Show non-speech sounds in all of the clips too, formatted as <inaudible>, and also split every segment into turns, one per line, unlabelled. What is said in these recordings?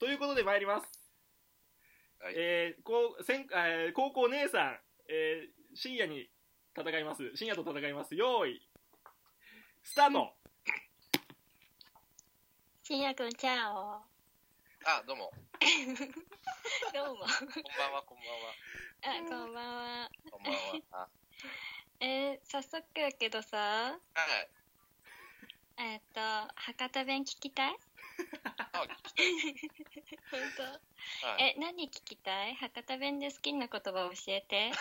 ということで参ります。
はい
えーこうせんえー高校姉さん、えー深夜に戦います。深夜と戦います。用意、スタート、
しんやくん、ちゃ <laughs> お。
あ、どうも。
どう
こ
も。
んばんは、こんばんは。
あ、こんばんは。
こんばんは。あ
えー、早速やけどさ、
はい。
えっ、と、博多弁聞きたい <laughs>
あ、聞き
本
た
当。
い。はい。
え、何聞きたい博多弁で好きな言葉教えて。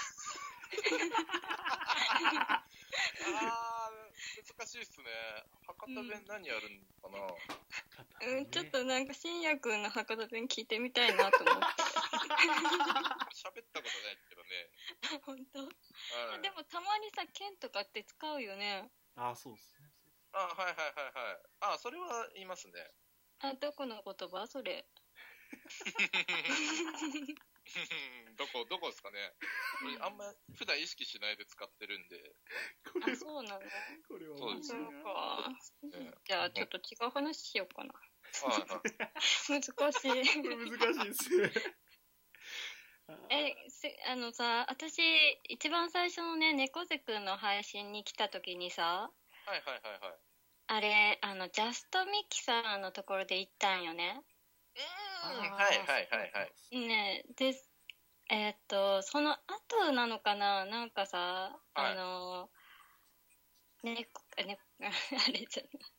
あー、難しいっすね。博多弁何やるんかな。
うん、ちょっとなんか、しんやくんの博多弁聞いてみたいなと思っ
喋
て。
ったことないけどね。
<laughs> 本当、
はい。
でも、たまにさ、剣とかって使うよね。
あー、そうですね。
あ、はいはいはいはい。あ、それは言い <laughs> ますね。
あ、どこの言葉それ。
どこ、どこですかね。これあんま普段意識しないで使ってるんで。
これは、
<laughs> あ、そうなの
これは
そう
面
です
そ
白
う
いな
か。
ね
じゃあ、ちょっと違う話しようかな。
はいはい。
難し
こ
い。
れ難しいですね。
えせあのさ私一番最初のね猫背くんの配信に来た時にさ
はいはいはいはい。
あれあのジャストミキさんのところで行ったんよね
うんはいはいはいはい。
ねでえーっとその後なのかななんかさ、
はい
あの猫 <laughs> ねあれじゃない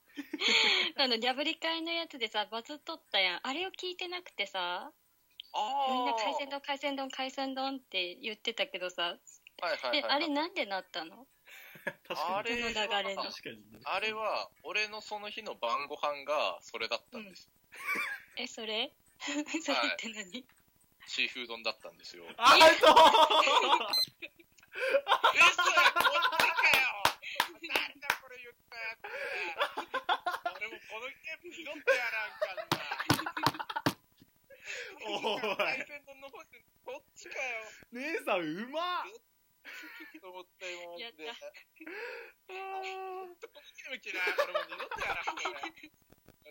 あのジャブリ会のやつでさバズっとったやんあれを聞いてなくてさ
あ
みんな
ー
海鮮丼海鮮丼海鮮丼って言ってたけどさ
はいはい
え
はい。
あれなんでなったの
確か
あ
に。
れ
この流れの
確かに。
あれは、俺のその日の晩ご飯がそれだったんです。
<laughs> え、それそれって何、
シーフー丼だったんですよ。え、
アウト
それ、こっちかよ誰だこれ言ったやつ。俺もこのゲーム拾ってやらんかんな。
おい
海鮮丼の方にこっちかよ。
姉さん、うまっ
と思ったよ。
やった
でゲーム嫌い。俺もう二度とやらん、これ。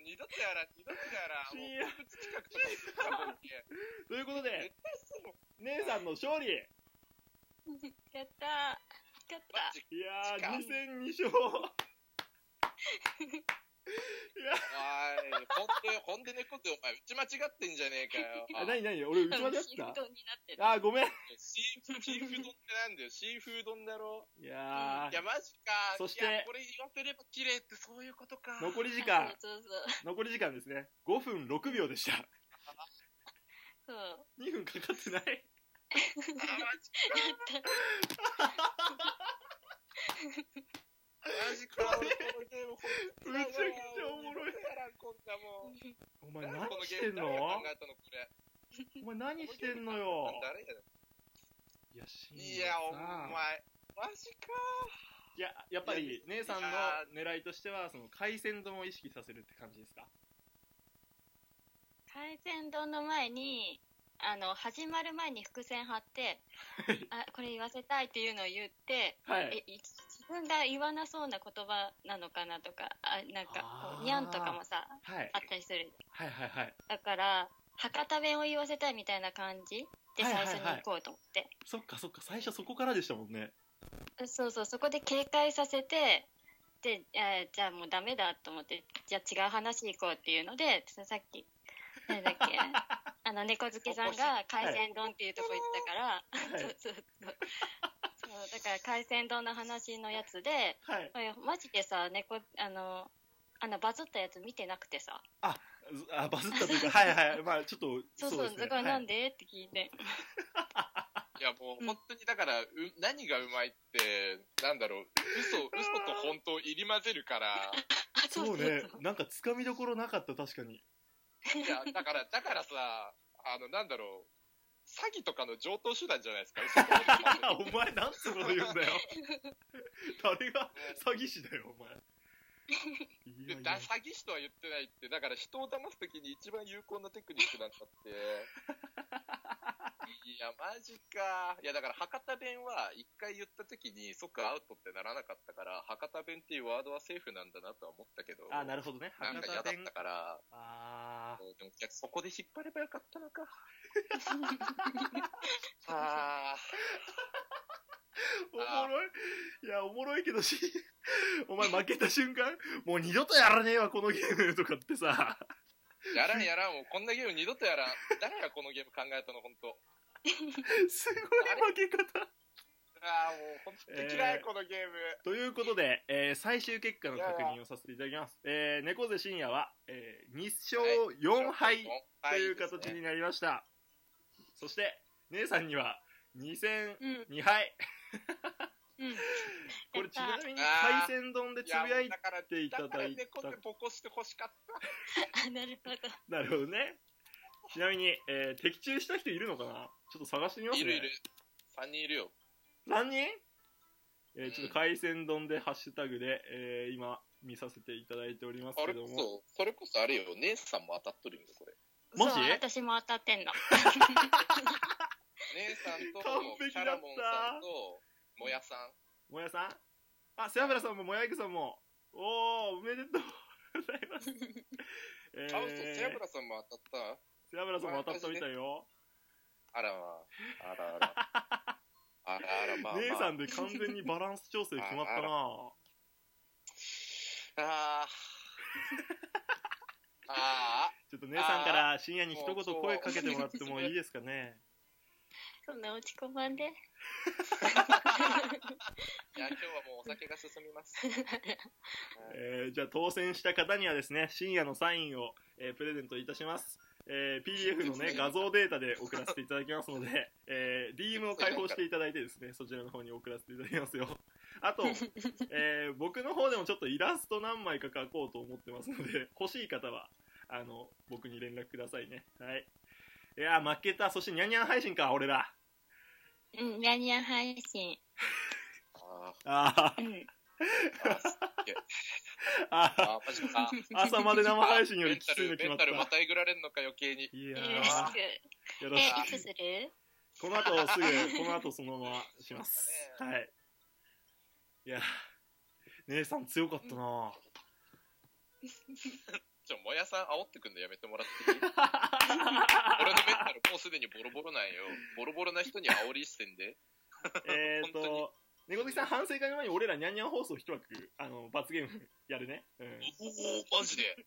二度とやらん、二度とやらん。もう近くとか行くから <laughs> もういいや
ということで、
絶対そうもん
姉さんの勝利
<laughs> やったやっ
マジ
た
いやー、
近
2
い
戦2勝。
おい、ほんで、ほんで猫ってお前、打ち間違ってんじゃねえ
<laughs>
かよ。
あ、なになに俺、うちまでやっ
シフトになってる
たあー、ごめん。
シーフシーフー丼ってなんだよ。シーフー丼だろ。
いや
いや、
ー、
マジか。
そして
いやこれ言わせれば綺麗ってそういうことか。
残り時間、
そうそうそう
残り時間ですね。5分6秒でした。
そう
2分かかってない。
あマジか。マジか。俺このゲームほんと嫌いだわ
めちゃくちゃおもろい
俺やらんこんなもん。
お前
何
何
この
し
ゲ
て
ー
ん
ム
の
誰が考えたのこれ。
お前何してんのよ。
誰やね
いや、しん
んいや、お
さん
前。マジか。
いや、やっぱり姉さんの
いや
狙いとしては、その海鮮丼を意識させるって感じですか
海鮮丼の前にあの始まる前に伏線張
<laughs>
ってあこれ言わせたいっていうのを言って
はい。
えい自分が言わなそうな言葉なのかなとかあなんか
あ
こ
ー
うにゃんとかもさ
はい
あ。ったりする
はいはいはい。
だから博多弁を言わせたいみたいな感じで
はいはい
最
はい
初に行こうと思って、
そっかそっか、最初そこからでしたもんね。
そうそうそこで警戒させてで、えーじゃあもうダメだと思ってじゃあ違う話行こうっていうのでささっきなんだっ
<laughs>
けあの猫好きさんが海鮮丼っていうとこ行ったから、
は
<laughs> そう
い。
そうそうそうだから海鮮丼の話のやつで
はい。
いやマジでさ猫あのあのバズったやつ見てなくてさ
ずあ、バズったというか、はいはい。まあ、ちょっと、
そうそう
ですね
だからなん
で、
で、って聞いて
いやもう
うん
本当にだから、う何がうまいってなんだろう嘘嘘と本当を入り混ぜるから
あ
そうね。なんか、つかみどころなかった、確かに。
いやだからだからさあのなんだろう詐欺とかの上等手段じゃないですか嘘と本当を混ぜる
お前、なんてこと言うんだよ。誰が詐欺師だよ、お前。いや
で
<laughs> い
だ
や
詐欺師とは言ってないってだから人を騙すときに一番有効なテクニックなんだっ
<laughs>
ていやマジかいやだから博多弁は一回言ったときに即アウトってならなかったから博多弁っていうワードはセーフなんだなとは思ったけど
あ、なるほどね。
なん
博
か嫌
多
だっ
弁
た。から
あ
で思って、そこで引っ張ればよかったのか。ああ、
おもろい。いや、おもろいけどし、お前負けた瞬間、もう二度とやらねえわ、このゲームとかってさ、
やらんやらん、もうこんなゲーム二度とやらん。誰がこのゲーム考えたの、本当
すごい負け方。
ああ、もう本当に嫌い、
えー
このゲーム。
ということで、えー最終結果の確認をさせていただきます。えー、猫背深夜は、えー、2勝4敗と
四敗
いう
ですね
形になりました。そして、姉さんには2戦
うん
2敗。
うん
これちなみに
あー
海鮮丼でつぶやい
だから
ていただいた
だから猫でぼこして欲しかった。
あ <laughs> なるほど
なるほどね。ちなみに、えー的中した人いるのかなちょっと探してみますね。
いるいる。3人いるよ。
何人え
う
ー
ん
ちょっと海鮮丼でハッシュタグで、えー今見させていただいております
あ
け
れ
ど
こ
も。
そ、それこそあれよ、姉さんも当たっとるんよ、これ。
マジ
そう私も当たってんの
姉さんと、
完璧
キ
だった
ャラモンさんと、もやさん。
もやさんあ、セアブラさんももやいくさんも。おー、おめでとうござい
<laughs>
ます。え
あ、嘘、セアブ
ー、
ラさんも当たっ
セアブラさんも当たったみたいよ。
たあらまあ、あらあら。あらあらまあ、まあ。
姉さんで完全にバランス調整決まったな
ああ。ああ。
ちょっと姉さんから深夜に一言声かけてもらってもいいですかね。
そんな落ち込まんで
いや、今日はもうお酒が進みます。 <laughs>
えーじゃあ当選した方にはですね深夜のサインを、えープレゼントいたします、えー PDF のね画像データで送らせていただきますので、えー DM を開放していただいてですねそちらの方に送らせていただきますよあと、えー僕の方でもちょっとイラスト何枚か描こうと思ってますので欲しい方はあの僕に連絡くださいねはいいやー負けたそしてニャンニャン配信か俺ら
<laughs> うんニャンニャン配信
あ
あ
う
ー
ん
あ
あ、
ー
ああ、マジか。
朝まで生配信よりきついの
メ
決まっ
ン
た
タル、メンタルまたえぐられんのか余計に。
いや
よ
ー
ろしく
よろしく
えいつする
この後すぐ、この後そのままします。はい。いや、姉さん強かったな
ちょ、もやさん煽ってくんのやめてもらっ
<laughs>
ていい俺のメンタルもうすでにボロボロなんよ。ボロボロな人に煽りしてん <laughs> で。
えっ
本当に
と、猫好きさん反省会の前に俺らニャンニャン放送一枠、あの、罰ゲームやるね。う
おお、マジで。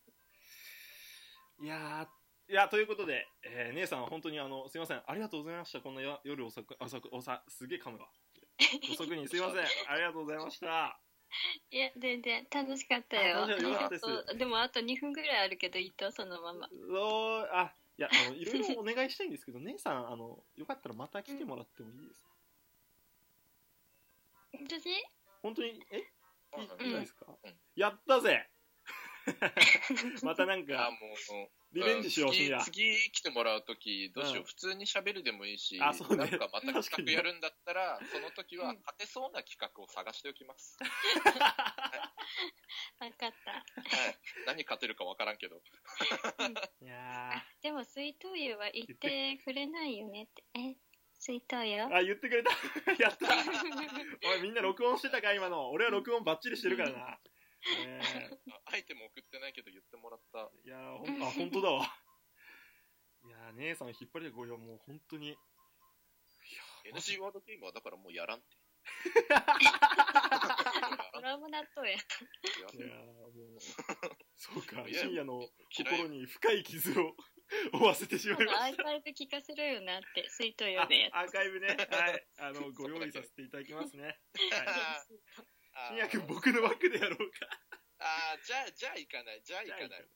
ん。いやー、いや、ということで、えー姉さんは本当にあの、すいません。ありがとうございました。こんなよ夜遅く、遅く、おさ、すげえ噛むわ。遅くにすいません。ありがとうございました。
いや全然楽しかったよ
あ楽しかったです
ありがとうでもあと2分ぐらいあるけどいいとそのまま
おーあ、いや、あの、いろいろお願いしたいんですけど、姉さん、あの、よかったらまた来てもらってもいいですか
私
本当に、えいい
うん
いいですか、
うん
やった
<laughs>
ぜまたなん
あ
か、
ー、もう。
リベンジしよう、君ら
ん。次次来てもらうとき、どうしよう、
うん
普通に喋るでもいいし、
あそうね
なんかまた
確か
企
に
画やるんだったら、その時
う
は
ん
勝てそうな企画を探しておき
<laughs>
ます。
分かった
はい、何勝てるかわからんけど。
いや
あでも水筒湯は言ってくれないよねってえ水筒湯
ーあ、言ってくれた <laughs> やったおい、みんな録音してたか、今の。俺は録音バッチリしてるからな。ね
アイテム送ってないけど言ってもらった。
えいやーほん、あ、本当だわ。いやー姉さん引っ張りだこれはもう本当に。いやーマジ
NG ワードゲームはだからもうやら
<laughs>
んって。
コラボ納豆や
いやーもう、
<laughs>
そうか、
いや
深夜の
嫌い
心に深い傷を <laughs> 負わせてしまいました。
アーカイブ聞かせろよなって水筒湯
あ
でやっ
アーカイブね、はい、あ
<laughs>
の、ご用意させていただきますね。はい。
あー
新谷君、僕の枠でやろうか。
あーじゃあ、じゃあ行かない。じゃあ行かない。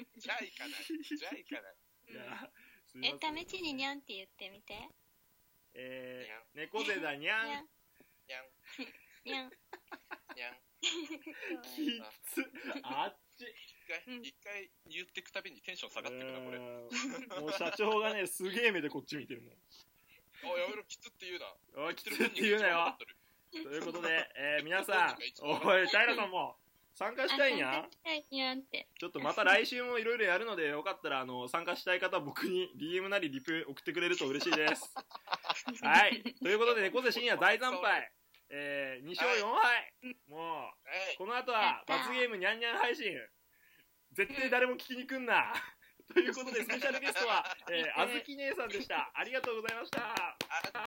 <laughs>
じゃあ行かない。じゃあ行かない。
いや、すいませ
え
ん
試しににゃんって言ってみて
えー、猫背だにゃん。
<laughs>
にゃん
にゃん、
にゃん
にゃん。
<laughs>
きっつ。あっち。
一回、一回言ってくたびにテンション下がってるな、これ。
れ。もう社長がね、すげえ目でこっち見てるもん。
おやめろ、きつって言うな。
おい、きつって言うなよ。ということで、えー、皆さん、
<laughs>
おい、平さんも、参加したいにゃん
あ参加したいにゃんって
ちょっとまた来週もいろいろやるので、よかったら、あの、参加したい方は僕に DM なりリプ送ってくれると嬉しいです。はい。ということで、猫背深夜大惨敗。えー、2勝4敗。もう、
えい
この後は、罰ゲームにゃんにゃん配信。絶対誰も聞きに来んな。ということで、スペシャルゲストは、えー、あずき姉さんでした。ありがとうございました。